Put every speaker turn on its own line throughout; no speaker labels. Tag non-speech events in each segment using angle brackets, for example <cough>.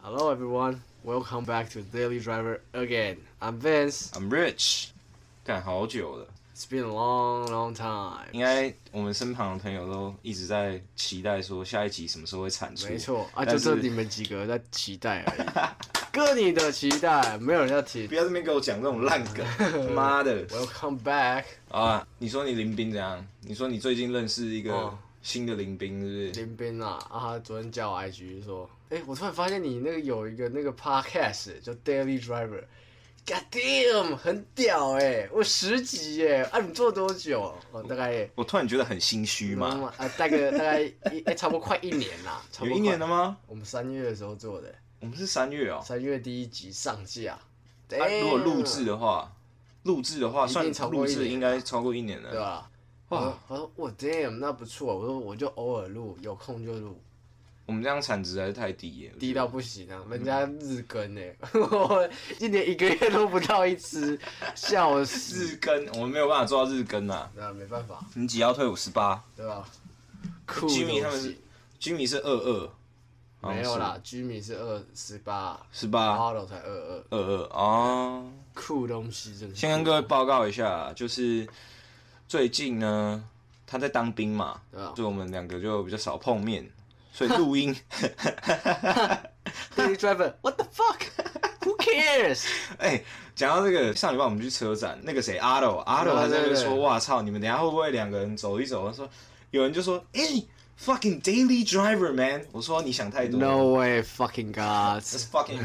Hello everyone, welcome back to Daily Driver again. I'm Vince.
I'm Rich，干好久了，
It's been a long, long time.
应该我们身旁的朋友都一直在期待说下一集什么时候会产出。
没错啊，
但
就是是你们几个在期待而已。 <laughs> 哥，你的期待没有人要听
不。要这边给我讲这种烂梗，
<laughs>
他妈的！
Welcome back，
好啊，你说你林斌怎样？你说你最近认识一个
哦
新的林斌，是不是？
林斌啊啊，他昨天加我 IG 说，哎、我突然发现你那个有一个那个 podcast 叫 Daily Driver。God damn，很屌哎、我十集哎、啊，你做多久？哦，大概
我突然觉得很心虚
嗯
嘛，
啊，大概大概一、哎差不多快一年啦，差不
有
多
一年哦
快
了吗？
我们三月的时候做的，
我们是三月哦、
三月第一集上架。
啊如果录制
的，
的话，录制的话
一定
算
超过
录
一年
制应该超过一年
对啊
了。
吧？
哇
哇，我说我 damn，那不错。我说我就偶尔录，有空就录，
啊我们这样产值还是太低耶，
低到不行啊！人家日更呢、 <laughs> 我一年一个月都不到一次，笑死。
日更，我们没有办法做到日更啊。
那没办法，
你几号退伍？十八。
对吧？酷的
Jimmy 他
东
们
西
是居米是二二，
没有啦，居民是二十八，
是吧？
八楼才二二，
二二哦。
酷东西真的是酷。
先跟各位报告一下，就是最近呢，他在当兵嘛，
对啊
所以我们两个就比较少碰面，所以
<laughs>
录音，
Daily Driver，What the fuck？Who cares？
哎、讲到这个，上礼拜我们去车展，那个谁阿斗，阿斗
对啊
还在那边
对
说，
对
哇操，你们等一下会不会两个人走一走？他说，有人就说，哎、f u c k i n g daily driver man，我说你想太多
No way, fucking god！
，It's fucking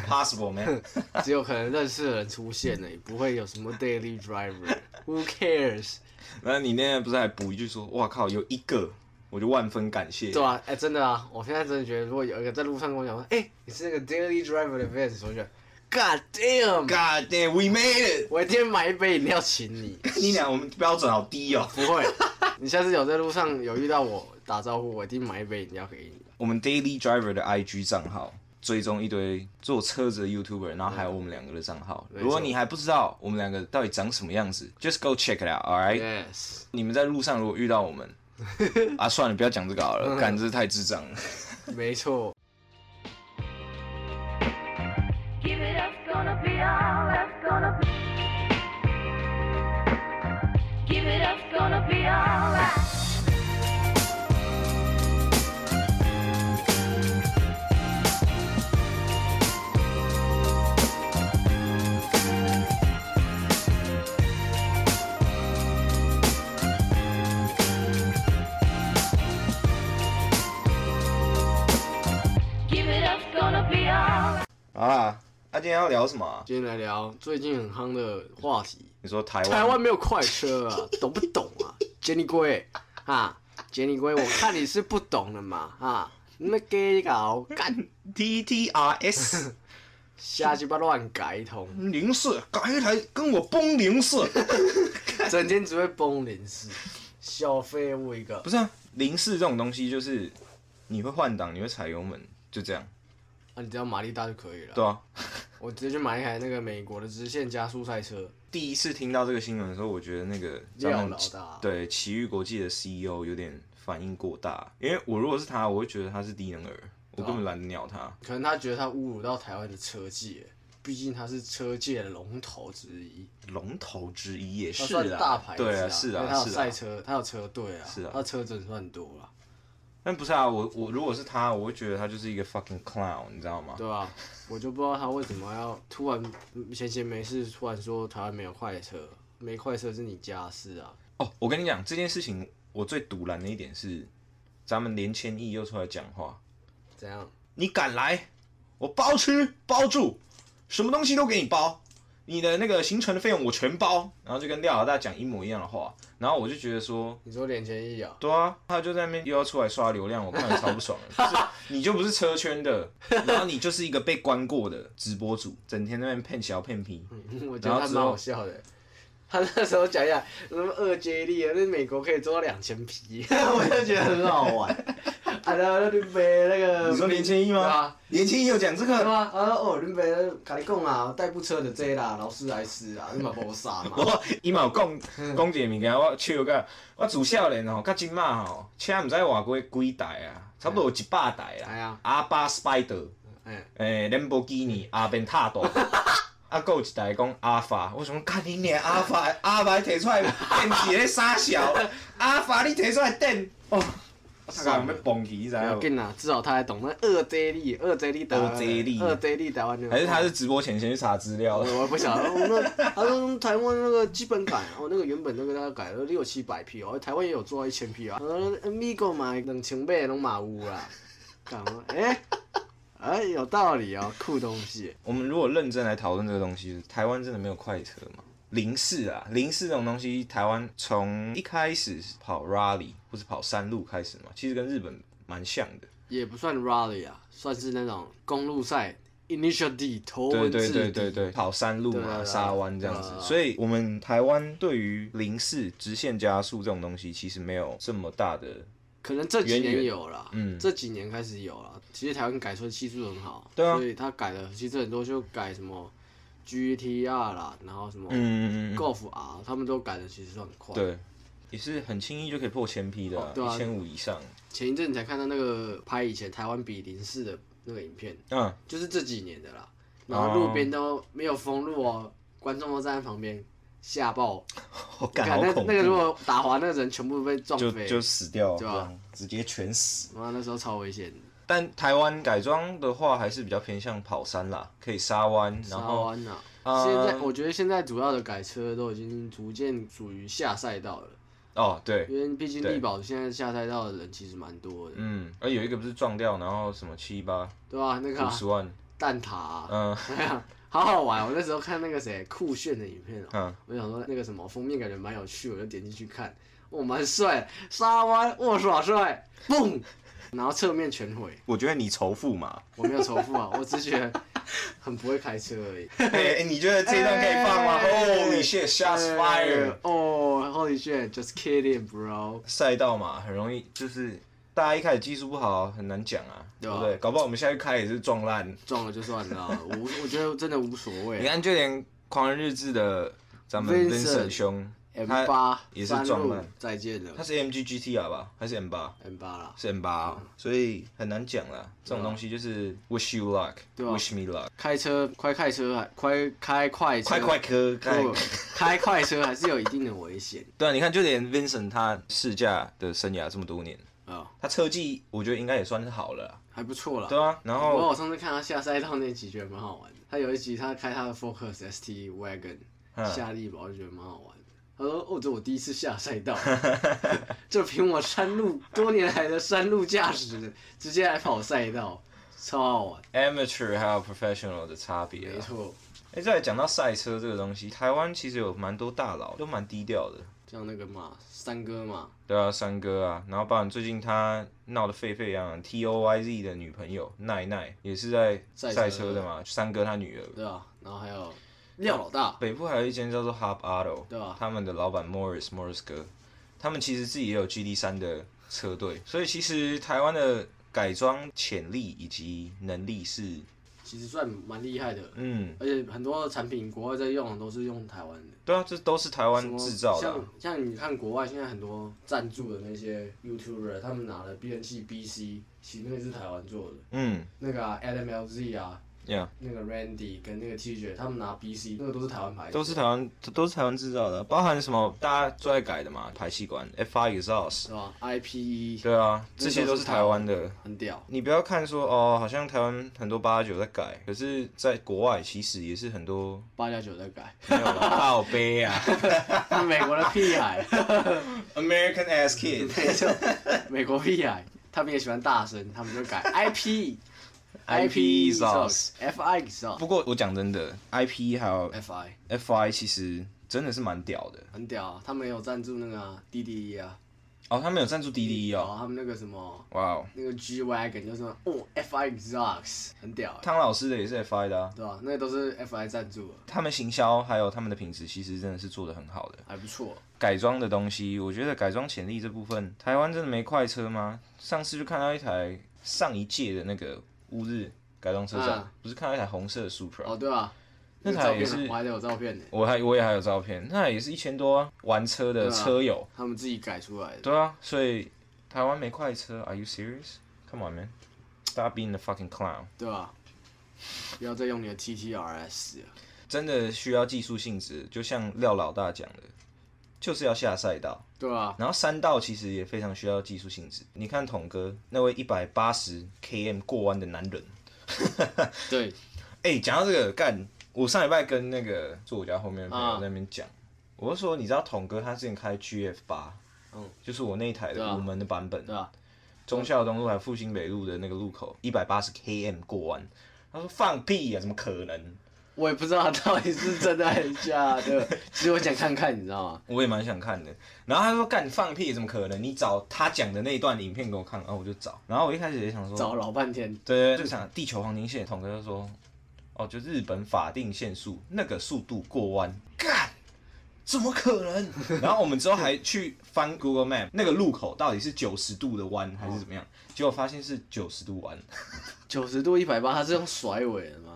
<laughs>
impossible man。
只有可能认识的人出现了，也不会有什么 daily driver。Who cares？
然后你那天不是还补一句说，哇靠，有一个，我就万分感谢。
对啊，哎、真的啊，我现在真的觉得，如果有一个在路上跟我讲说，哎、你是那个 daily driver 的 fans，我就觉得 God damn，
God damn, we made it！
我一定买一杯饮料请你。
你俩我们标准好低哦。
不会，你下次有在路上有遇到我打招呼，我一定买一杯饮料给你。
我们 Daily Driver 的 IG 账号追踪一堆做车子的 YouTuber，然后还有我们两个的账号。
没错
如果你还不知道我们两个到底长什么样子，just go check it out，all right？、
Yes，
你们在路上如果遇到我们，
<laughs>
啊，算了，不要讲这个好
嗯
了，感这太智障了。
没错。
Give it up's gonna be all that's gonna be. Give it up's gonna be all that. Give it up's gonna be all.
好啦，那、今天要聊什么啊、
今天来聊最近很夯的话题，
你说台湾？
台湾没有快车啊， <laughs> 懂不懂啊？杰尼龟啊，杰尼龟，我看你是不懂的嘛啊，那给搞干
TTRS
瞎鸡巴乱改一通，
<laughs> 零四，搞一台跟我崩零四。
整天只会崩零食，小废物一个
不。是啊，零四这种东西就是你会换挡，你会踩油门，就这样，
啊，你只要马力大就可以了。
对啊。
我直接去买一台那个美国的直线加速赛车，
第一次听到这个新闻的时候，我觉得那个
廖
咱们
老大
对奇遇国际的 CEO 有点反应过大，因为我如果是他，我会觉得他是低能儿，我根本懒得鸟他。
可能他觉得他侮辱到台湾的车界，毕竟他是车界的龙头之一，
龙头之一也
他
是
算
啦，
大牌子
对
啊，
啊，是
因为
啊，
他有
是
赛
啊。
车，他有车队啊，
是啊
他车真的算多了，
但不是啊，我我如果是他，我会觉得他就是一个 fucking clown，你知道吗？
对吧、我就不知道他为什么要突然闲闲没事，突然说台湾没有快车，没快车是你家事啊。
哦，我跟你讲这件事情，我最堵然的一点是，咱们连千亿又出来讲话，
怎样？
你敢来，我包吃包住，什么东西都给你包，你的那个行程的费用我全包。然后就跟廖老大讲一模一样的话，然后我就觉得说，
你说连千亿啊？
对啊，他就在那边又要出来刷流量，我看了超不爽的。就是你就不是车圈的，然后你就是一个被关过的直播主，整天在那边骗小骗皮。
<laughs> 我觉得他蛮好笑的。他那时候讲一下什么二接力啊，那美国可以做到两千匹， <laughs> 我就觉得很好玩。 <laughs> 啊，然后就被那个
你说连千亿
对啊
吗？连千亿有讲这
对
个，
啊，啊哦，恁爸甲你讲啊，代步车就这啦，劳斯莱斯啊啦，你嘛无啥 <laughs> 嘛。
<laughs> 我伊嘛有讲
嗯
讲一个物件，我笑个，我自少年吼，甲今嘛吼，车毋知换过几台啊，差不多有一百台
哎呀
啦。阿巴 Spider。
哎，
诶、兰博基尼、阿本塔多， <laughs> 啊，还有一台讲阿法，我想讲，干你娘阿法，阿法摕出来电是咧傻笑，阿法你摕出来电，哦，他讲要蹦起，你知
不要
影？
紧啦，至少他还懂那二 J 力，二 J 力打
二 J 力
二 J 力打完就
还是他是直播前先去查资料
我我不晓得，我们他说台湾那个基本改，哦，那个原本那个他改了六七百匹哦，台湾也有做到一千匹啊，呃，美国嘛两千倍拢嘛有啦，干嘛？哎、哎、有道理哦，酷东西，
我们如果认真来讨论这个东西，台湾真的没有快车吗？零四啊，零四这种东西，台湾从一开始跑 rally 或是跑山路开始嘛，其实跟日本蛮像的。
也不算 rally 啊，算是那种公路赛 initial D 头
对
文
对
字 D，
对对对，跑山路
对
嘛，
啊
沙湾这样子
对。啊
所以我们台湾对于零四直线加速这种东西，其实没有这么大的。
可能这几
渊源
年有啦，
嗯
这几年开始有啦。其实台湾改车技术很好，
对啊
所以他改了其实很多就改什么 GTR 啦，然后什么
嗯嗯嗯嗯，
Golf R，、他们都改的其实算很快。，
对，也是很轻易就可以破千匹的、
哦对啊
一千五以上。嗯
前一阵才看到那个拍以前台湾比零四的那个影片，
嗯，
就是这几年的啦。然后路边都没有封路哦，观众都站在旁边，吓爆！
我
你
感
看
<laughs> 好
那
恐怖
那个如果打滑，那个人全部被撞
就
飞，
就死掉，这
对啊
样直接全死。
妈那时候超危险的，
但台湾改装的话，还是比较偏向跑山啦，可以沙湾，然
沙
后
湾啊。
呃
现在我觉得现在主要的改车都已经逐渐属于下赛道了，
哦，对，
因为毕竟
对
力宝现在下赛道的人其实蛮多的，
嗯，而有一个不是撞掉，然后什么七八
对吧、那个
五
啊
十万，
蛋挞、啊，
嗯 <laughs>
好好玩。我那时候看那个谁酷炫的影片哦、
嗯，
我想说那个什么封面感觉蛮有趣，我就点进去看，哇，蛮帅，沙湾，哇，耍帅，嘣，然后侧面全毁，
我觉得你仇富嘛，
我没有仇富啊，我只是觉得很不会开车而已。
<laughs> 哎、你觉得这一段可以放吗、
哎
h o l y shit，shots fired！
哎哦，Holy shit，just kidding bro。
赛道嘛，很容易就是大家一开始技术不好，很难讲啊，
对
对
啊
不对？搞不好我们下去开也是撞烂。
撞了就算了啊，我 <laughs> 我觉得真的无所
你
谓。
看，就连狂人日志的咱们
Vincent
Vincent 兄，
M
他
八
也是撞烂
再见
他
了
是 MG GTR 吧，还是 M 八？
M 八啦，
是 M 八、所以很难讲啦。这种东西就是 wish you
对啊
luck，wish、me luck，
开车快开车还快开快车，
快快磕开。
不开快车还是有一定的危险
对啊，你看，就连 Vincent 他试驾的生涯这么多年，
啊，
他车技我觉得应该也算是好了啦，
还不错啦。
对啊。然
不过
后，
我上次看他下赛道那集觉得蛮好玩的，他有一集他开他的 Focus ST Wagon
嗯，
下力宝，我就觉得蛮好玩的。他说：“哦，这我第一次下赛道， <laughs> 就凭我山路多年来的山路驾驶，直接来跑赛道，超好玩。
amateur 还有 professional 的差”别
没
啦。
错。
哎、再来讲到赛车这个东西，台湾其实有蛮多大佬都蛮低调的，
像那个嘛，三哥嘛，
对啊，三哥啊，然后包含最近他闹得沸沸扬扬，T O Y Z 的女朋友奈奈也是在
赛车
赛车的嘛，三哥他女儿。
对啊，然后还有廖老大，
北部还有一间叫做 Hub Auto，
对啊
他们的老板 Morris Morris 哥，他们其实自己也有 GD 三的车队，所以其实台湾的改装潜力以及能力是，
其实算蛮厉害的，
嗯，
而且很多产品国外在用的都是用台湾的，
对啊，这都是台
什
湾
么
制造的啊、
像像你看国外现在很多赞助的那些 YouTuber，他们拿了 B N 器 B C，其实那个是台湾做的，
嗯
那个啊 Adam L Z 啊，
，Yeah，
那个 Randy 跟那个 T 恤，他们拿 B C，那个都是台湾牌子，
都是台湾都是台湾制造的，啊包含什么大家最爱改的嘛，排气管 FI exhaust，
是吧？I P E
对啊，这些都是台湾的。
很屌，
你不要看说哦，好像台湾很多八九在改，可是在国外其实也是很多
八加九在改， <laughs>
没有啦 <laughs> 靠背啊。
看美国的屁孩，
American ass
<laughs>
kid，
没错，美国屁孩，他们也喜欢大声，他们就改 IP。
IP
exhaust FI exhaust
不过我讲真的，IP 还有
FI
FI 其实真的是蛮屌的
很屌啊，他们有赞助那个啊 DDE 啊，
哦。他们有赞助 DDE
然
哦，
后他们那个什么
哇哦，
那个 G wagon 就是哦 FI exhaust 很屌欸，
汤老师的也是 FI 的、啊，
对吧？那都是 FI 赞助的，
他们行销还有他们的品质其实真的是做的很好的。
还不错。
改装的东西，我觉得改装潜力这部分，台湾真的没快车吗？上次就看到一台上一届的那个乌日改装车展，
嗯
不是看到一台红色的 Supra，、
哦，对啊，
那
个照
台也
片
是
我还得有照片呢，
我还我也还有照片，那也是一千多啊，玩车的
对啊
车友，
他们自己改出来的，
对啊，所以台湾没快车，Are you serious? Come on, man. Stop being the fucking clown.
对吧？不要再用你的 TTRS 了。
真的需要技术性质，就像廖老大讲的，就是要下赛道。
对啊，
然后山道其实也非常需要技术性质。你看统哥那位一百八十 km 过弯的男人，
对，
哎、讲到这个干，我上礼拜跟那个住我家后面的朋友
啊
在那边讲，我就说你知道统哥他之前开 GF 八，
嗯，
就是我那一台
对
的
啊
五门的版本，
对啊，
忠孝东路还复兴北路的那个路口，一百八十 km 过弯。他说放屁啊呀、怎么可能？
我也不知道他到底是真的还是假
<laughs>
的，其实我想看看，你知道吗？
我也蛮想看的。然后他说干放屁怎么可能？你找他讲的那一段影片给我看，然后我就找。然后我一开始也想说，
找了老半天，
对，就想地球黄金线，统哥就说，哦，就日本法定限速那个速度过弯，干，怎么可能？然后我们之后还去翻 Google Map 那个路口到底是九十度的弯还是怎么样，结果发现是九十度弯，
九十度一百八，他是用甩尾的吗？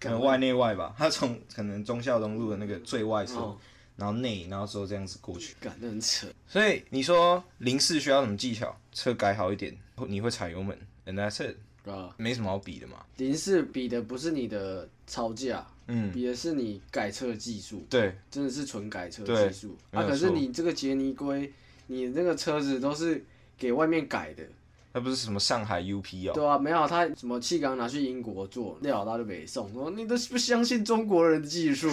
可能外内外吧， <laughs> 他从可能忠孝东路的那个最外侧，
哦
然后内，然后之后这样子过去。
感那很扯。
所以你说零四需要什么技巧？车改好一点，你会踩油门，and that's it，
对啊，
没什么好比的嘛。
零四比的不是你的超价，
嗯，
比的是你改车技术，
对，
真的是纯改车
对
技术。
没
啊，
有
可是
错
你这个杰尼龟，你那个车子都是给外面改的，
那不是什么上海 UP 哦。
对啊，没有他什么气缸拿去英国做，廖老大就北送，说你都不相信中国人的技术，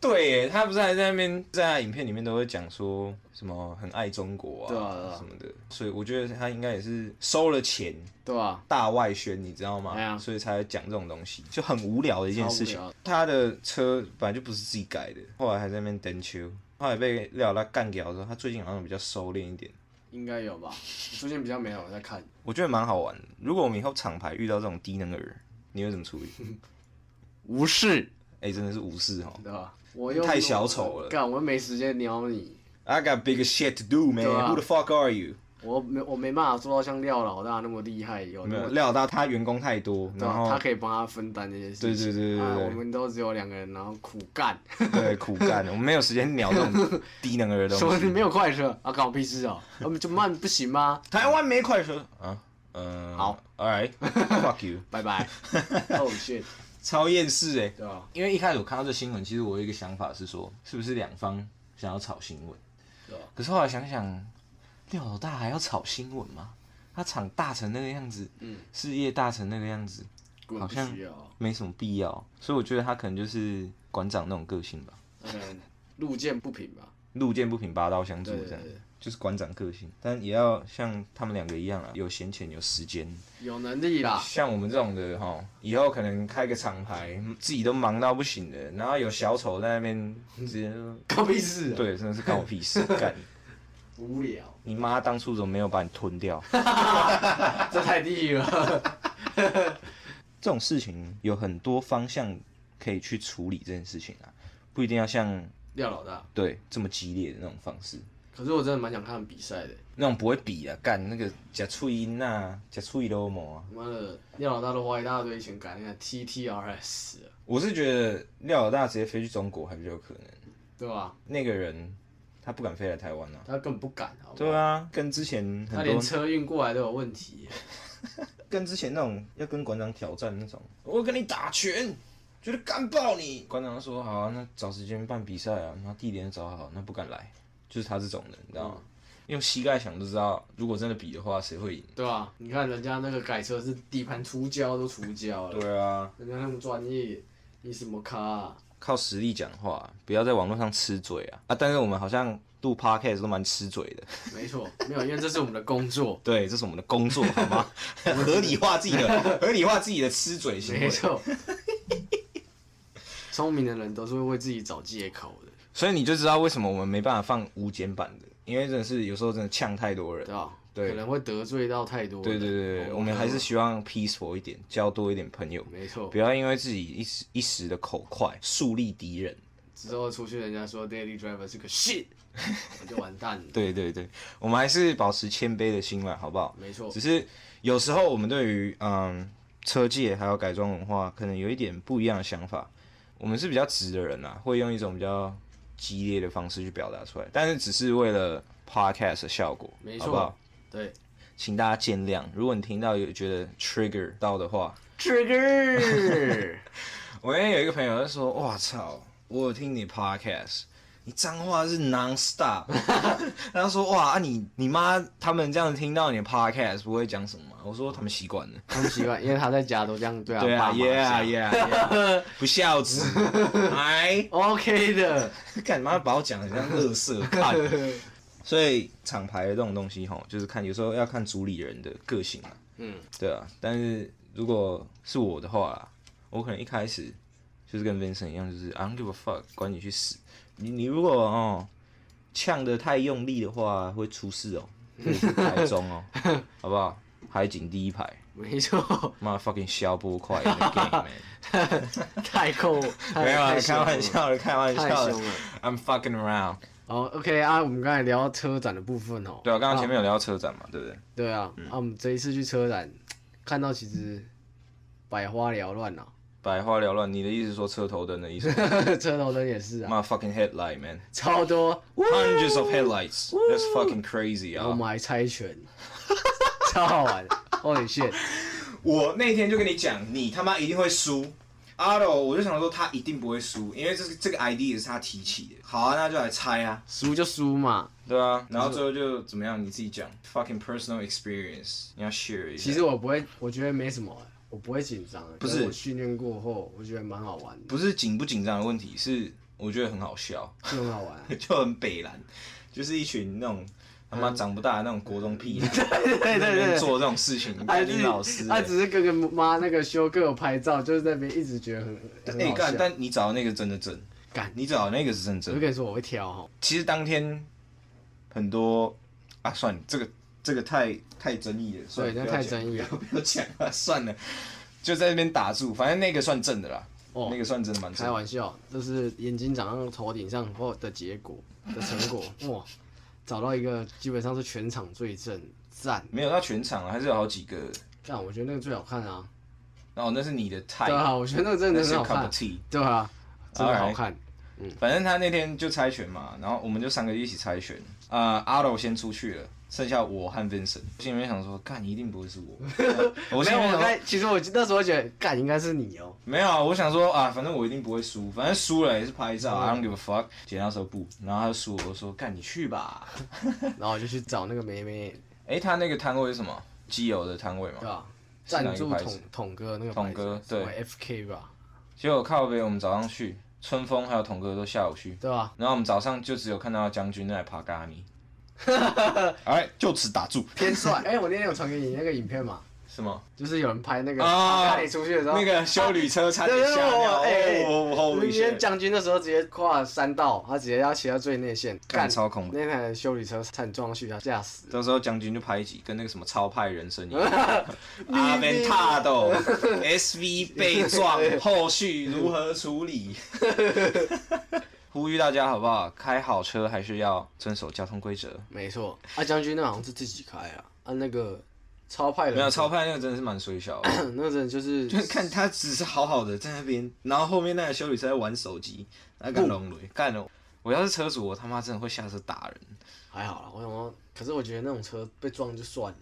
对耶，他不是还在那边在他影片里面都会讲说什么很爱中国啊，
对啊对啊
什么的，所以我觉得他应该也是收了钱
对吧、
大外宣，你知道吗？
哎呀
所以才会讲这种东西，就很无聊的一件事情
超无聊。
他的车本来就不是自己改的，后来还在那边登秋，后来被廖拉干掉的时候，他最近好像比较收敛一点，
应该有吧？我最近比较没有在看，
我觉得蛮好玩的。如果我们以后厂牌遇到这种低能儿，你会怎么处理？
<laughs> 无视，
哎、真的是无视哦。
对吧？我又
太小丑了
干，我又没时间鸟你，
I got big shit to do, man.
对啊
Who the fuck are you?
我没我没办法做到像廖老大那么厉害，有
没
那么
有料到他员工太多，
对
然
啊，他
后
可以帮他分担这些事情。
对对对对
啊，
对
我们都只有两个人，然后苦干。
对苦干，我们没有时间鸟这种
<laughs>
低能儿的
什
东
么？你
西。
没有快车啊？搞屁事哦！我们就慢不行吗？
台湾没快车啊，嗯，
好
，All <laughs> right，fuck you，
拜
<laughs>
拜。哦 shit，
超厌世哎、
对啊，
因为一开始我看到这新闻，其实我有一个想法是说，是不是两方想要炒新闻？
对啊
可是后来想想，廖老大还要炒新闻吗？他厂大成那个样子，
嗯，
事业大成那个样子，
根本
好
不
像
需要。
没什么必要。所以我觉得他可能就是馆长那种个性吧，
嗯，路见不平吧。
路见不平拔刀相助
对
这
对
样。
对，
就是馆长个性，但也要像他们两个一样啊，有闲钱有时间。
有能力啦。
像我们这种的哈，以后可能开个厂牌，自己都忙到不行的，然后有小丑在那边直接说
搞屁事、啊。，
对，真的是关我屁事，干
无
<laughs>
聊，
你妈当初怎么没有把你吞掉？
这太地狱了。
这种事情有很多方向可以去处理这件事情啊，不一定要像
廖老大，
对这么激烈的那种方式。
可是我真的蛮想看比赛的。
那种不会比啊，干那个假脆音呐，假脆都毛啊，
妈的，廖老大都花一大堆钱改那个 TTRS，了
我是觉得廖老大直接飞去中国还比较有可能。
对吧？
那个人他不敢飞来台湾啊。
他根本不敢，好不好？
对啊，跟之前
他
很
连
多，
车运过来都有问题。
跟之前那种要跟馆长挑战那种，我跟你打拳，觉得干爆你。馆长说好、啊，那找时间办比赛啊，那地点找好，那不敢来，就是他这种人，你知道吗？用膝盖想就知道，如果真的比的话，谁会赢？
对啊，你看人家那个改车是底盘除胶都除胶了，
对啊，
人家那么专业，你什么咖、啊？
靠实力讲话，不要在网络上吃嘴啊啊！但是我们好像录 podcast 都蛮吃嘴的，。
没错，没有，因为这是我们的工作
对，这是我们的工作，好 <laughs> 吗？合理化自己的，合理化自己的吃嘴行为
没。错，聪明的人都是会为自己找借口的，
所以你就知道为什么我们没办法放无剪版的，因为真的是有时候真的呛太多人
对。吧？
对
可能会得罪到太多哦
对
人。
对对对，我们还是希望 peaceful 一点，交多一点朋友，
没错
不。要因为自己一时一时的口快树立敌人。
之后出去人家说 Daily Driver 是个 shit，我就完蛋了。
对对对，我们还是保持谦卑的心嘛，好不好？
没错
只，是有时候我们对于嗯车界还有改装文化，可能有一点不一样的想法。我们是比较直的人啊，会用一种比较激烈的方式去表达出来，但是只是为了 podcast 的效果，
没
好不好
错？对，
请大家见谅。如果你听到有觉得 trigger 到的话，
Trigger，
我原来有一个朋友就说：“哇操，我有听你 podcast，你脏话是
<laughs>
non stop。”他说：“哇，啊你你妈他们这样听到你的 podcast 不会讲什么吗？”我说：“他们习惯了。
很习惯，因为他在家都这样对”他
对
爸
啊
妈这样
，yeah yeah，, yeah 不
<laughs>
孝子，哎，
，OK 的，
<laughs> 干嘛把我讲的像乐色？看，所以厂牌的这种东西吼，就是看有时候要看主理人的个性啊。
嗯，
对啊，但是如果是我的话啦，我可能一开始就是跟 Vincent 一样，就是 I don't give a fuck，管你去死。你你如果哦呛得太用力的话，会出事哦，会去台
<laughs>
中哦，好不好？海景第一排，
没错，
妈 fucking 消波
<laughs>
快 in the game man，
太扣，太
没有啊，
太
开
凶了，
玩笑的，开玩
太
笑的
凶了。
，I'm fucking around。
好，OK 啊，我们刚才聊到车展的部分哦，
对啊，刚刚前面有嗯聊到车展嘛，对不对？
对啊，啊，我们这一次去车展，看到其实百花缭乱啊， <laughs>
百花缭乱，你的意思是说车头灯的意思
车头灯也是啊，
？My fucking headlight man,
超多，
hundreds of headlights, that's fucking crazy
然后我
啊！
们还猜拳，超好玩，Holy shit，
我那天就跟你讲，你他妈一定会输。阿斗，我就想说他一定不会输，因为这个这个 ID 也是他提起的。好啊，那就来猜啊。
输就输嘛。
对啊，然后最后就怎么样？你自己讲，fucking personal experience，你要 share 一下。
其实我不会，我觉得没什么，我不会紧张。
不是
可我训练过后，我觉得蛮好玩的，
不是紧不紧张的问题，是我觉得很好笑， <laughs>
就很好玩啊。
就很北蓝，就是一群那种他妈长不大的那种国中屁 <laughs> 孩，
对对
在那
对
边
对，
做这种事情，
他
干
只
你
是
老师欸。
他只是跟个妈那个修哥拍照，就是在那边一直觉得很很
哎、
好
干！
笑。
但你找的那个真的真，
干，
你找的那个是真
我就
真。
跟你说我会挑哦哈，
其实当天很多啊，算了，这个这个太太争议了，算
对，
了，
那
不要
太
讲
争议了。
<laughs> 不要讲了，算了，就在那边打住，反正那个算正的啦，
哦
那个算真的蛮正
开
的。
玩笑，这是眼睛长到头顶上后的结果的成
<laughs>
果。哇，找到一个基本上是全场最正，赞！
没有到全场啊，还是有好几个。
但我觉得那个最好看啊，
然后那是你的菜，
对啊，我觉得那个真的很
那哎是
好
cup
看嗯
of，tea。
对啊，真的好看。
反正他那天就猜拳嘛，然后我们就三个一起猜拳。啊、阿斗先出去了，剩下我和 Vincent。心里面想说，干，一定不会是
<laughs>
我。我
没
心
有，
里面
我
想说
该其实我那时候觉得，干应该是你哦、 <laughs>
没有，啊，我想说啊，反正我一定不会输，反正输了也是拍照、i don't give a fuck。姐那时候不，然后他就输了，我说干你去吧。
然后我就去找那个妹妹，
诶，他那个摊位是什么？基友的摊位
对
嘛。
吧？
是哪
赞
一个
助
牌子
统统哥那个
统哥对
，F K 吧，
结果靠北，我们早上去，春风还有童哥都下午去，
对吧？
然后我们早上就只有看到将军在爬咖 <laughs> 米。哎，就此打住。
偏帅。 <laughs> 哎、我那天有传给你那个影片嘛，
什么？
就是有人拍那个，
啊
看你出去的时候，
那个修旅车差点吓
对
尿，
对对
哦我我我
因为哎将军那时候直接跨山道，他直接要骑到最内线，
干超恐怖
那台修理车惨撞上去，他吓死。
到时候将军就拍一集，跟那个什么超派人生
<laughs>
一样。阿文塔斗 SV 被撞，后续如何处理？ <laughs> 呼吁大家好不好？开好车还是要遵守交通规则。
没错，啊，将军那好像是自己开啊，啊那个超派人
没有超，派那个真的是蛮衰小的，
<laughs> 那人就是
就是看他只是好好的在那边，然后后面那个修理车在玩手机，那个龙
哦
雷干了。我要是车主，我他妈真的会下车打人。
还好啦，我想说，可是我觉得那种车被撞就算了，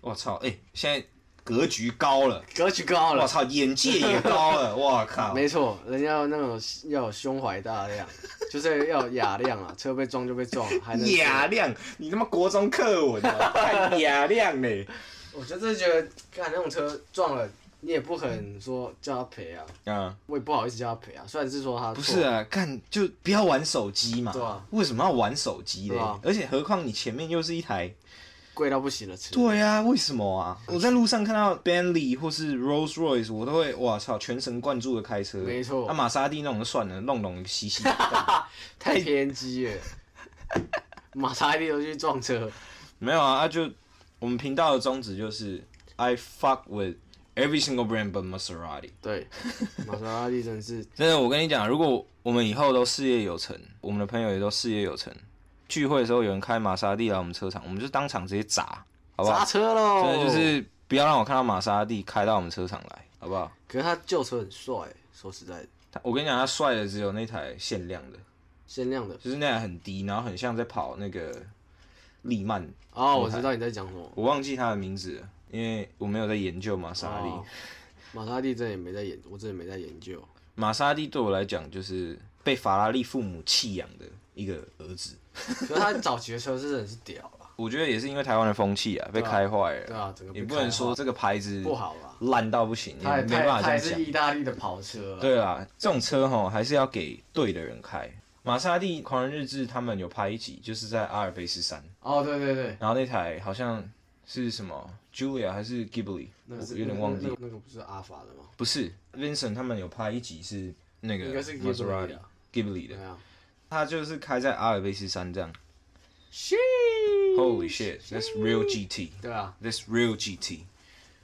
我操！哎、现在格局高了，
格局高
我
了。
操，眼界也高了，我
<laughs>
靠！
没错，人家要那种要有胸怀大量， <laughs> 就是要有雅量啊，车被撞就被撞了，还能
<laughs> 雅亮，你他妈国中课文 <laughs> 啊，看雅亮嘞！
我就是觉得，看那种车撞了，你也不可能说叫他赔啊，
啊，
我也不好意思叫他赔啊，虽然是说他
不
错
是啊，看就不要玩手机嘛。
对啊
为什么要玩手机嘞
对啊？
而且何况你前面又是一台。
贵到不行了，车。
对啊，为什么啊？我在路上看到 Bentley 或是 Rolls Royce，我都会哇操，全神贯注的开车。
没错
那、玛莎拉蒂那种就算了，弄弄嘻 <laughs> 嘻。
太偏激了，马莎利都去撞车，
没有啊，啊就我们频道的宗旨就是 I fuck with every single brand but Maserati。
对，玛莎拉蒂真是
真的，我跟你讲，如果我们以后都事业有成，我们的朋友也都事业有成，聚会的时候有人开玛莎拉蒂来我们车场，我们就当场直接砸，好不
砸
好？
车喽，
真的就，是不要让我看到玛莎拉蒂开到我们车场来，好不好？
可是他旧车很帅，说实在的，
他我跟你讲，他帅的只有那台限量的，
限量的，
就是那台很低，然后很像在跑那个利曼，
哦，我知道你在讲什么。
我忘记他的名字了，因为我没有在研究玛莎拉蒂。
哦玛莎拉蒂真的也没在研，我真的没在研究。
玛莎拉蒂对我来讲就是被法拉利父母弃养的一个儿子，
可是他早期的车真的是屌了，
我觉得也是因为台湾的风气啊被
对啊
开坏了，
对啊，整个被
也不能说
开
这个牌子
发不好吧？
烂到不行，
他也
也没
他也
办法这
他也
样
是
讲。
意大利的跑车啊，
对啦，这种车吼还是要给对的人开。玛莎拉蒂狂人日志他们有拍一集，就是在阿尔卑斯山，
哦，对对对，
然后那台好像是什么 Julia 还是 Ghibli，
那
我
个是
有点忘记
那个，那个不是阿法的吗？
不是 Vincent 他们有拍一集是那个
应该是
m a s e r a
Ghibli
t
的
i Ghibli
对
的，
啊。
他就是开在阿尔卑斯山这样。
是
Holy shit，that's real GT。
对啊，
This real GT。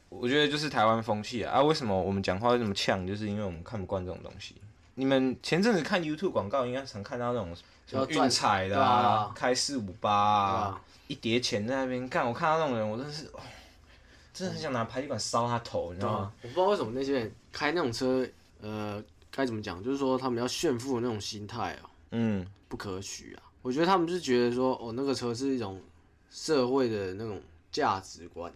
我觉得就是台湾风气啊！啊，为什么我们讲话会这么呛？就是因为我们看不惯这种东西。你们前阵子看 YouTube 广告，应该常看到那种什么
要赚
运彩的、
对
啊
啊、
开四五八
对
啊
啊，
一叠钱在那边干。我看到那种人，我真的是，哦、真的很想拿排气管烧他头，你知
对
道
啊
吗？，
我不知道为什么那些人开那种车，呃，该怎么讲，就是说他们要炫富的那种心态哦，
嗯，
不可取啊。我觉得他们是觉得说，哦，那个车是一种社会的那种价值观，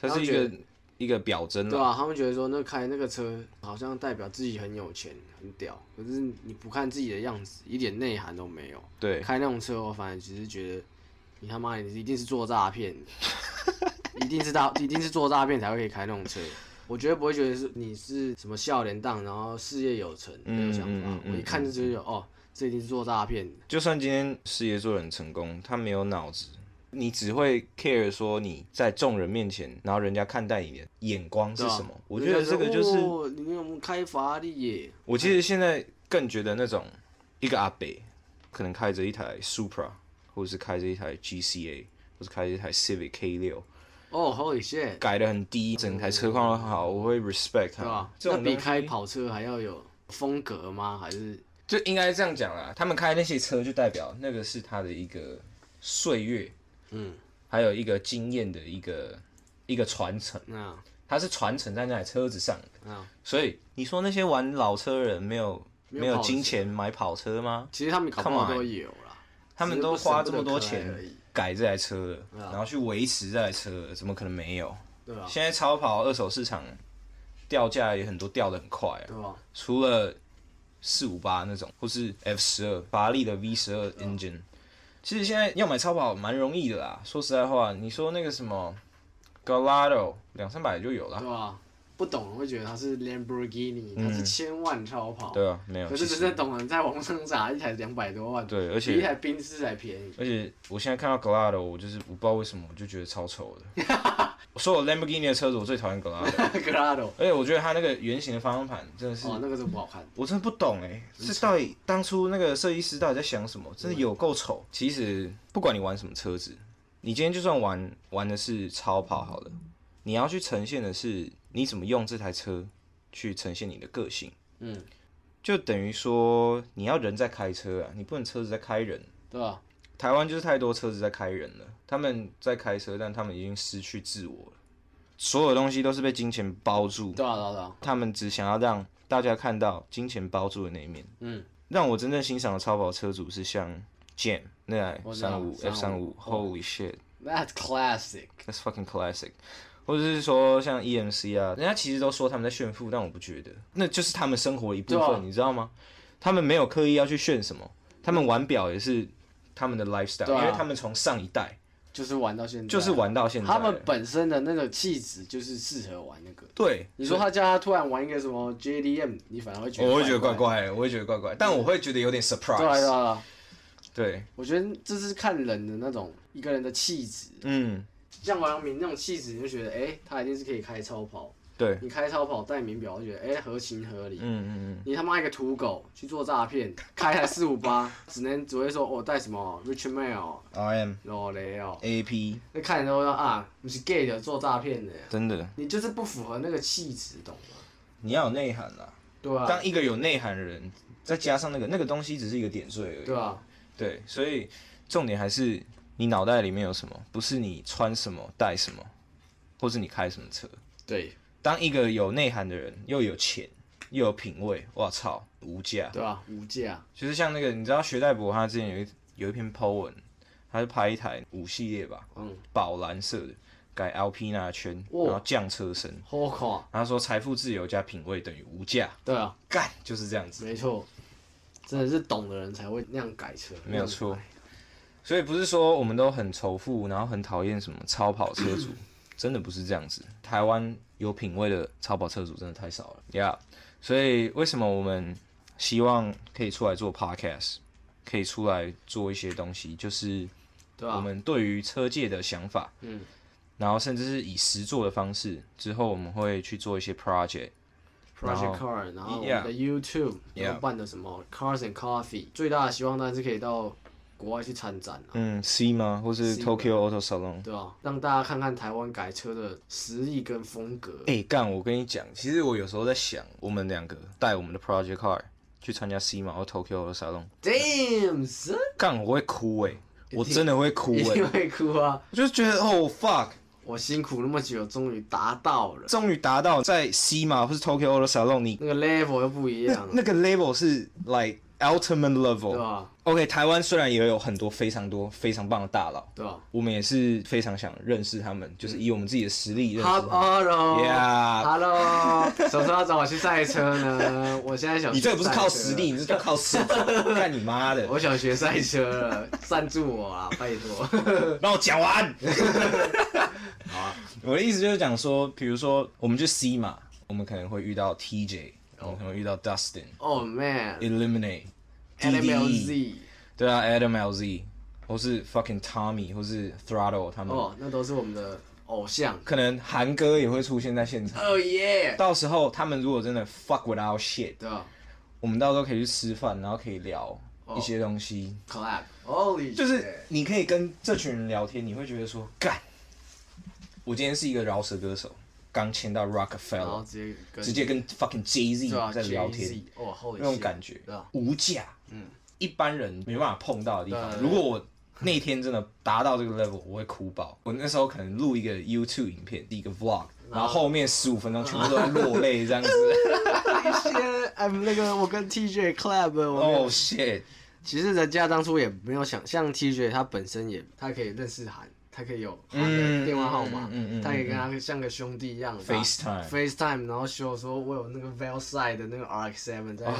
它是一
然后
个
觉
一个表征
对
啊。
吧、他们觉得说，那开那个车好像代表自己很有钱、很屌，可是你不看自己的样子，一点内涵都没有。
对，
开那种车，我反而只是觉得，你他妈你一定是做诈骗的，
<laughs>
一定是大，一定是做诈骗才会可以开那种车。我绝对不会觉得是你是什么笑脸党，然后事业有成
嗯
没有想
嗯
法
嗯。嗯
我一看就觉得，哦，这一定是做诈骗的。
就算今天事业做得很成功，他没有脑子，你只会 care 说你在众人面前，然后人家看待你的眼光是
对吧啊
什么。我觉得这个就是，
哦你们有没有开法拉利耶？
我其实现在更觉得那种一个阿北，可能开着一台 Supra，或者是开着一台 GCA，或是开着一台 Civic K 六，
哦，Holy shit，
改得很低，整台车况都很好，我会 respect
对
他。
啊吧？
这
那
种
比
东西
开跑车还要有风格吗？还是
就应该这样讲啦，他们开那些车就代表那个是他的一个岁月，
嗯，
还有一个经验的一个一个传承，
那
它是传承在那台车子上的。
那？
所以你说那些玩老车人没有
嗯没有
没有
跑车
金钱买跑车吗？
其实他们搞不好
Come on
都有啦。
他们都花这么多
只是不舍不得开而
钱
已
改这台车了，
啊
然后去维持这台车了，怎么可能没有？
对吧？
现在超跑二手市场掉价也很多，掉的很快啊。
对吧？
除了四五八那种，或是 F 十二法拉利的 V 十二 engine，其实现在要买超跑蛮容易的啦。说实在话，你说那个什么 Gallardo 两三百就有了
对，吧？不懂会觉得它是 Lamborghini，它是千万超跑。
对啊，没有。
可是
其
真
实
正懂的人在网上查一台两百多万，
对，而
比一
且
台宾士还便宜。 <laughs>
而且我现在看到 Gallardo，我就是我不知道为什么我就觉得超丑的。
<laughs>
我说我 Lamborghini 的车子，我最讨厌 Gallardo，
Grado，
而且我觉得它那个圆形的方向盘真的是。
哦，那个是不好看。
我真的不懂哎、这到底当初那个设计师到底在想什么？真的有够丑。其实不管你玩什么车子，你今天就算玩玩的是超跑好了，你要去呈现的是你怎么用这台车去呈现你的个性，
嗯，
就等于说你要人在开车啊，你不能车子在开人。
对吧？
台湾就是太多车子在开人了，他们在开车，但他们已经失去自我了，所有东西都是被金钱包住，
对啊，对啊，对啊。
他们只想要让大家看到金钱包住的那一面。
嗯，
让我真正欣赏的超跑车主是像 Jam 那台
我知道
三五 F 三五
355
，Holy shit，that's
That's classic。
fucking classic。或者是说像 EMC 啊，人家其实都说他们在炫富，但我不觉得，那就是他们生活的一部
对啊
分，你知道吗？他们没有刻意要去炫什么，他们玩表也是他们的 lifestyle，、
对啊
因为他们从上一代
就是玩到现在，
就是玩到现在了，
他们本身的那个气质就是适合玩那个。
对，
你说他叫他突然玩一个什么 JDM，你反而会觉得
哦我会觉得怪
怪。
怪的，我会觉得怪怪，但我会觉得有点
对啊，对
surprise，
啊对啊。
对，
我觉得这是看人的那种一个人的气质，
嗯，
像王阳明那种气质，你就觉得哎、诶他一定是可以开超跑。
对，
你开超跑戴名表，就觉得哎、合情合理。
嗯嗯
你他妈一个土狗去做诈骗，开台四五八，只能只会说哦带什么 Rich Mail
嗯，RM
老雷哦，
AP
那看人都说啊你是 gay 的做诈骗的，
真的，
你就是不符合那个气质，懂吗？
你要有内涵啦。
对啊，
当一个有内涵的人，再加上那个那个东西只是一个点缀而已。
对啊，
对，所以重点还是你脑袋里面有什么，不是你穿什么、戴什么，或是你开什么车。
对
当一个有内涵的人，又有钱，又有品味，我操，无价。
对啊，无价，
就是像那个，你知道学代博他之前有一有一篇 po 文，他就拍一台五系列吧，
嗯，
宝蓝色的，改 Alpina 圈，
哦
然后降车身。
好看，
他说财富自由加品味等于无价，
对啊，
干就是这样子，
没错，真的是懂的人才会那样改车，
没有
那
错
样改。
所以不是说我们都很仇富，然后很讨厌什么超跑车
<coughs>
主，真的不是这样子。台湾有品味的超跑车主真的太少了，Yeah。所以为什么我们希望可以出来做 Podcast，可以出来做一些东西，就是
对
我
啊，
们对于车界的想法，
嗯，
然后甚至是以实做的方式，之后我们会去做一些 project，
Project
然后
Car，然后我们
Yeah
的 YouTube，
Yeah
然后办的什么 Cars and Coffee，最大的希望当然是可以到国外去参展啊，
嗯，C 吗？或是
C 吗
Tokyo Auto Salon。
对啊，让大家看看台湾改车的实力跟风格。
哎、干！我跟你讲，其实我有时候在想，我们两个带我们的 Project Car 去参加 C 马或 Tokyo 的沙龙，
Damn，son，
干我会哭哎、
定
我真的会哭
一
哎、
定会哭啊！
我就觉得哦 fuck，
我辛苦那么久，终于达到了，
终于达到在 C 马或是 Tokyo 的沙龙，你
那个 level 又不一样
<laughs> 那
了，
个 level 是 like ultimate
嗯对啊
level。
吧？
OK，台湾虽然也有很多非常多非常棒的大佬，
对吧
我们也是非常想认识他们，就是以我们自己的实力认识他们。
嗯？Hello，Hello，
Yeah
哦什么时候要找我去赛车呢？我现在想
你这个不是靠
去赛车
实力，你这叫靠实力，
<laughs>
干你妈的！
我想学赛车了， <laughs> 赞助我啊，拜托。 <laughs>
让我讲完。 <laughs> 啊我的意思就是讲说，比如说我们去 C 嘛，我们可能会遇到 TJ，我们可能会遇到 Dustin、
Oh man，LMLZ，
Eliminate、DDE，对啊，Adam LZ，或是 fucking Tommy，或是 Throttle 他们，
哦，那都是我们的偶像。
可能韩哥也会出现在现场。
哦耶，
到时候他们如果真的 fuck without shit，
对啊吧
我们到时候可以去吃饭，然后可以聊
哦
一些东西。
？Collab，Holy，
就是你可以跟这群人聊天，你会觉得说，干，我今天是一个饶舌歌手，刚签到
然后
Rockefeller，
直接跟
直接跟 fucking Jay
对啊
Z 在聊天
Jay-Z，，哦，Holy，
那种
shit，
感觉
对啊，
无价，
嗯，
一般人没办法碰到的地
对
方。
对
如果我那天真的达到这个 level，我会哭爆。我那时候可能录一个 YouTube 影片，第一个 vlog，然
啊
后后面十五分钟全部都在落泪
<laughs>
这样子。
那些 I'm 那个我跟 TJ Club，我没
哦
有
shit，
其实人家当初也没有想，像 TJ 他本身也他可以认识韩，他可以有韩的
嗯
电话号码，
嗯嗯嗯嗯
他可以跟他像个兄弟一样
FaceTime
FaceTime，然后秀说我有那个 Valside 的那个 RX7
哦
在。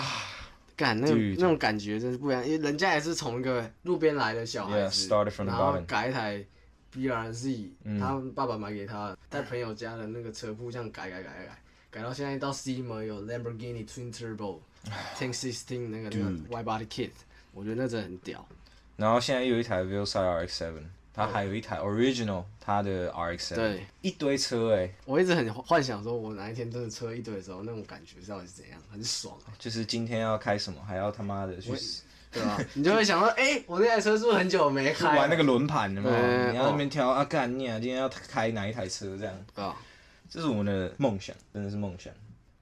干那
Dude
那种感觉真是不一样，因为人家也是从一个路边来的小孩
Yeah,
子
started from
然
the
后
bottom
改一台 BRZ，、
嗯
他爸爸买给他的，在朋友家的那个车库这样改改改改改，改到现在到 C 门有 Lamborghini Twin Turbo <sighs> 1 0 16那个那
Dude
个 Wide Body Kit，我觉得那真的很屌。
然后现在又有一台 v i l s i RX 7，它还有一台 Original 它的 RX 7，
对，
一堆车哎、
我一直很幻想说，我哪一天真的车一堆的时候，那种感觉到底是怎样，很爽、啊，
就是今天要开什么，还要他妈的去
我对
<laughs>
吧、你就会想说，哎、我那台车是不是很久没
去
开？
玩那个，轮盘的嘛，
对
你要那边挑啊干你啊，今天要开哪一台车这样，
对吧、
这是我们的梦想，真的是梦想。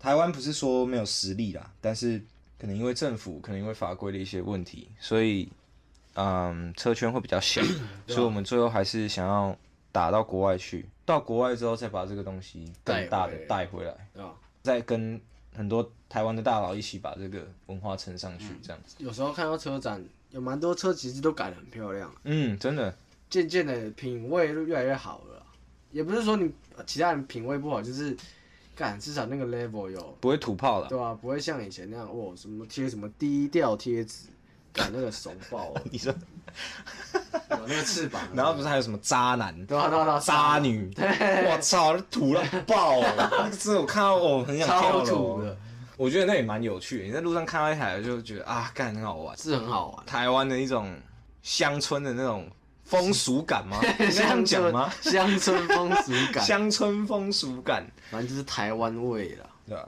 台湾不是说没有实力啦，但是可能因为政府，可能因为法规的一些问题，所以嗯，车圈会比较小， <clears throat> 所以我们最后还是想要打到国外去，到国外之后再把这个东西更大的
带
带回来。
对吧？
再跟很多台湾的大佬一起把这个文化撑上去，这样子。
有时候看到车展，有蛮多车其实都改得很漂亮，
嗯，真的，
渐渐的品味就越来越好了啊。也不是说你其他人品味不好，就是干至少那个 level 有，
不会土炮了。，
对吧、不会像以前那样哦，什么贴什么低调贴纸，干那个怂爆了
你说，
有那个翅膀啊，
<laughs> 然后不是还有什么渣男、
对啊对啊对啊
渣女？我操，土到爆了！那个真的我看到我很想跳
超
楼
土的。，
我觉得那也蛮有趣的，你在路上看到一台就觉得啊，干很好玩。
是很好玩。
台湾的一种乡村的那种风俗感
<laughs>
吗？ <laughs> 你这样讲吗？
乡村风俗感，
<laughs> 乡村风俗感。
反正就是台湾味啦。
对啊，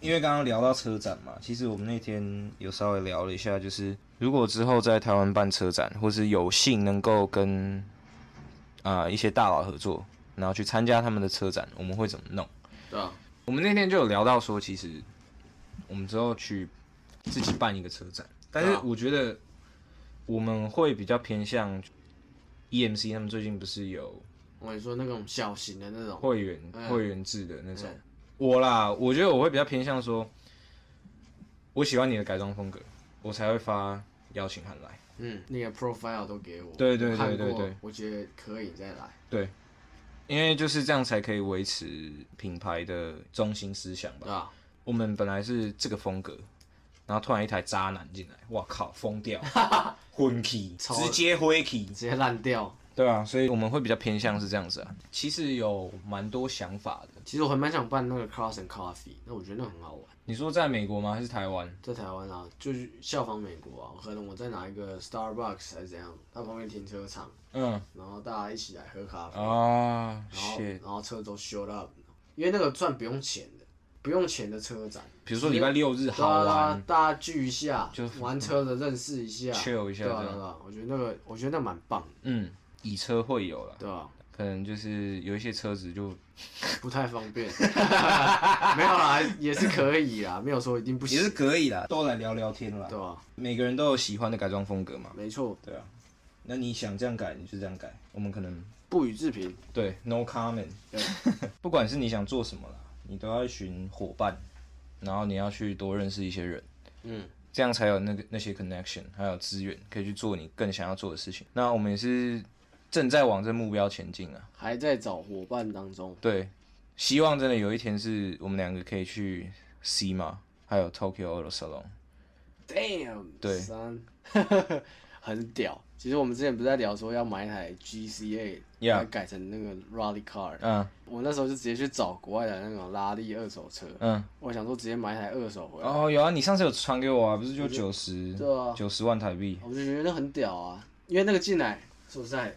因为刚刚聊到车展嘛，其实我们那天有稍微聊了一下，就是如果之后在台湾办车展，或是有幸能够跟啊、呃一些大佬合作，然后去参加他们的车展，我们会怎么弄？
对啊，
我们那天就有聊到说，其实我们之后去自己办一个车展，但是
啊
我觉得我们会比较偏向 EMC，他们最近不是有
我跟你说那种小型的那种，
会员、
嗯
会员制的那种
嗯。
我啦，我觉得我会比较偏向说，我喜欢你的改装风格，我才会发邀请函来。嗯，
那个 profile 都给我，
对对
我看
对对
过
对
我觉得可以再来。
对，因为就是这样才可以维持品牌的中心思想
对
吧。
吧？
我们本来是这个风格，然后突然一台渣男进来，哇靠，
<laughs>
疯掉，昏气，
超
直接灰气。
直接烂掉。
对啊，所以我们会比较偏向是这样子啊。其实有蛮多想法的。
其实我还蛮想办那个 Cross and Coffee，那我觉得那很好玩。
你说在美国吗？还是台湾？
在台湾啊，就是效仿美国啊，我可能我再拿一个 Starbucks 还是怎样，它旁边停车场，
嗯
然后大家一起来喝咖啡，
啊
然后
，shit。
然后车都 s h o t up，因为那个赚不用钱的，不用钱的车展，
比如说礼拜六日好
大家
玩，
大家聚一下，
就
玩车的认识一下
chill 一下
对啊
这样
对啊，我觉得那个我觉得那蛮棒的，
嗯，以车会友啦，
对啊吧？
可能就是有一些车子就
不太方
<laughs>
便，没有啦，也是可以啦，没有说一定不
也
行
是，可以啦，都来聊聊天啦
对。吧？
每个人都有喜欢的改装风格嘛，
没错，
对啊。那你想这样改，你就这样改。我们可能
不予置评。
对 no comment，
对
<laughs> 不管是你想做什么啦，你都要寻伙伴，然后你要去多认识一些人。
嗯，
这样才有那个那些 connection，还有资源可以去做你更想要做的事情。那我们也是正在往这目标前进啊。
还在找伙伴当中，
对，希望真的有一天是我们两个可以去 C 嘛，还有 Tokyo Auto Salon。
Damn，
对
三， <laughs> 很屌。其实我们之前不是在聊说要买一台 GCA，
Yeah
把它改成那个 Rally Car。
嗯
我那时候就直接去找国外的那种拉力二手车，
嗯，
我想说直接买一台二手回来，
哦有啊，你上次有传给我啊，不是就九十
对啊
九十万台币？
我就觉得很屌啊。因为那个进来，说实在，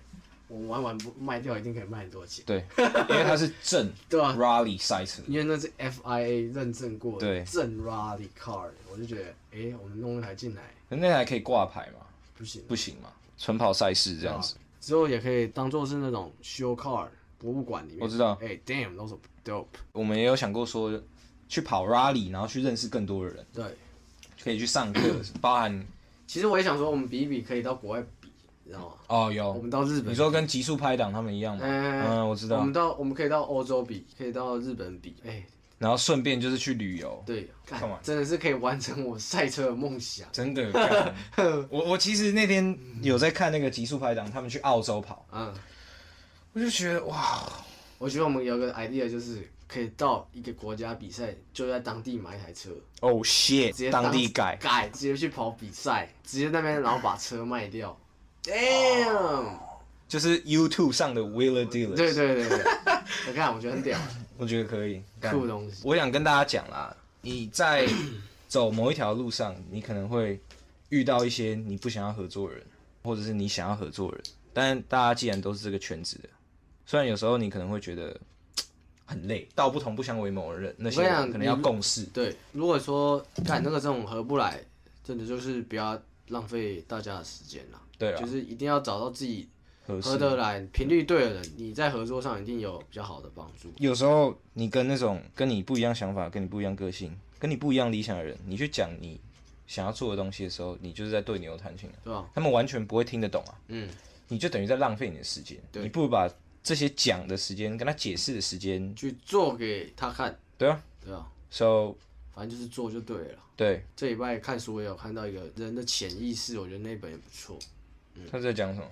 我玩完不卖掉，一定可以卖很多钱，
对， <laughs> 因为它是正
对啊吧、
Rally 赛车。
因为那是 FIA 认证过的
对
正 Rally Car，我就觉得，诶，我们弄一台进来
那台可以挂牌吗？
不行，
不行嘛，纯跑赛事这样子。
之后也可以当做是那种 show car 博物馆里面。
我知道
哎、d a m n 都是 dope。
我们也有想过说，去跑 Rally，然后去认识更多的人。
对，
可以去上课，包含
其实我也想说，我们比一比可以到国外比，你知道吗？
哦
我
有，
们到日本，
你说跟极速拍档他们一样吗？
嗯
嗯，我知
我
道
们。到我们可以到欧洲比，可以到日本比，哎、
然后顺便就是去旅游，
对，看
Come on
真的是可以完成我赛车的梦想
真
<laughs>
的。干我我其实那天有在看那个极速拍档，他们去澳洲跑，
嗯，
我就觉得哇，
我觉得我们有个 idea 就是可以到一个国家比赛，就在当地买一台车，
哦
直接
shit，当地改，
改，直接去跑比赛，直接那边然后把车卖掉。Damn！
就是 YouTube 上的 Wheeler Dealers，
对，对对对，我看我觉得很屌。
我觉得可以。干
酷东西
我想跟大家讲啦，你在 <coughs> 走某一条路上，你可能会遇到一些你不想要合作的人，或者是你想要合作的人。但大家既然都是这个圈子的，虽然有时候你可能会觉得很累，道不同不相为谋的人，那些
我跟你
人
讲
可能要共事。
对，如果说干那个这种合不来，真的就是不要浪费大家的时间啦。
对啊，
就是一定要找到自己
合适
合得来、频率对的人，你在合作上一定有比较好的帮助。
有时候你跟那种跟你不一样想法、跟你不一样个性、跟你不一样理想的人，你去讲你想要做的东西的时候，你就是在对牛弹琴啊，
对吧？
他们完全不会听得懂啊。
嗯，
你就等于在浪费你的时间。
对
你不如把这些讲的时间跟他解释的时间，
去做给他看，
对啊
对吧？
，so
反正就是做就对了。
对，
这礼拜看书也有看到一个人的潜意识，我觉得那本也不错。嗯
他在讲什么？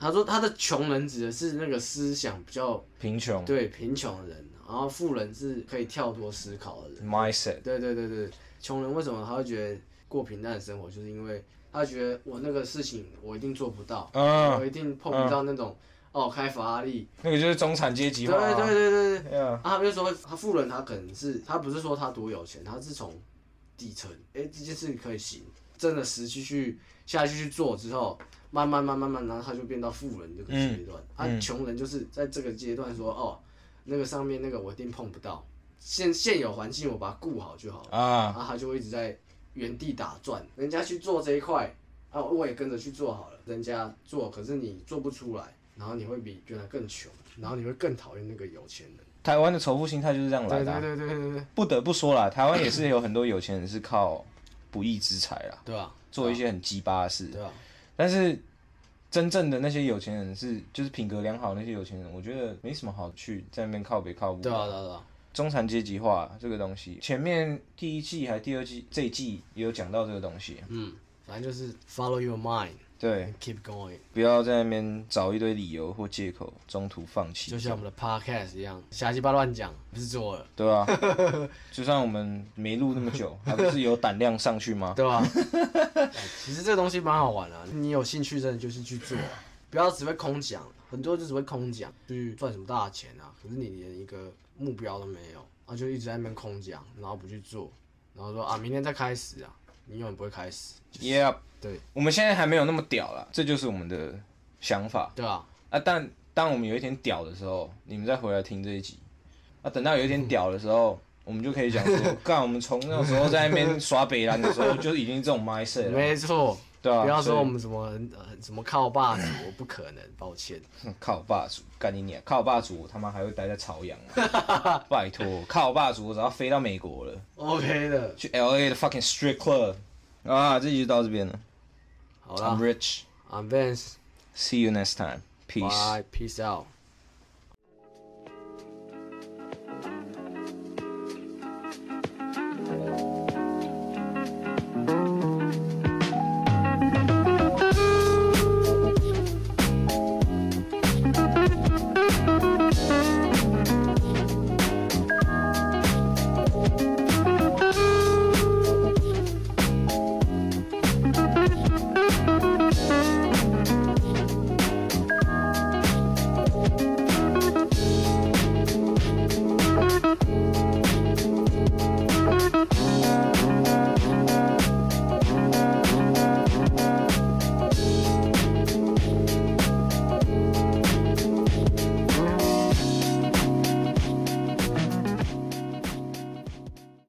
他说他的穷人指的是那个思想比较
贫穷
对贫穷的人，然后富人是可以跳脱思考的人。
mindset，
对对对对，穷人为什么他会觉得过平淡的生活，就是因为他觉得我那个事情我一定做不到，
嗯
我一定碰不到那种、哦开法拉利，
那个就是中产阶级
对
化、啊。
对对对对。
对啊，
啊，他们就说他富人，他可能是他不是说他多有钱，他是从底层，哎、这件事可以行，真的实际去下去去做之后，慢慢慢慢慢，然后他就变到富人这个阶段。啊，
嗯
穷人就是在这个阶段说，哦，那个上面那个我一定碰不到，现现有环境我把它顾好就好了。然
啊，
后他就会一直在原地打转。人家去做这一块，啊，我也跟着去做好了。人家做，可是你做不出来，然后你会比原来更穷，然后你会更讨厌那个有钱人。
台湾的仇富心态就是这样来
对
的啊、
对对对对对，
不得不说啦，台湾也是有很多有钱人是靠不义之财啦，
对吧？
做一些很鸡巴的事。
对啊吧？
但是真正的那些有钱人是，就是品格良好的那些有钱人，我觉得没什么好去在那边靠北靠北。
对啊对啊对啊，
中产阶级化这个东西，前面第一季还第二季这一季也有讲到这个东西，
嗯，反正就是 follow your mind,
对，
keep going，
不要在那边找一堆理由或借口，中途放弃。
就像我们的 podcast 一样，瞎鸡巴乱讲，不是做了，
对
<laughs>
啊，就算我们没录那么久，还不是有胆量上去吗？
对吧、 <laughs> 哎其实这个东西蛮好玩的、啊，你有兴趣真的就是去做、啊，不要只会空讲，很多就只会空讲，去赚什么大钱啊，可是你连一个目标都没有，啊，就一直在那边空讲，然后不去做，然后说啊明天再开始啊，你永远不会开始，
Yeah，
对
我们现在还没有那么屌啦，这就是我们的想法
对啊，
啊。但当我们有一天屌的时候，你们再回来听这一集啊。等到有一天屌的时候，我们就可以讲
<laughs>
说，干，我们从那时候在那边耍北兰的时候，就已经这种 mindset 了，
没错。
啊对啊。
不要说我
所以
们什么很很什么靠霸主，我不可能，抱歉。
哼靠霸主，干你娘！靠霸主，我他妈还会待在朝阳啊、
<laughs>
拜托，靠霸主，我只要飞到美国了，
OK 的，
去 L A 的 fucking strip club 啊，这集就到这边了。
好
I'm
啦
Rich.
，I'm Vance，
See you next time. Peace.
bye，peace out。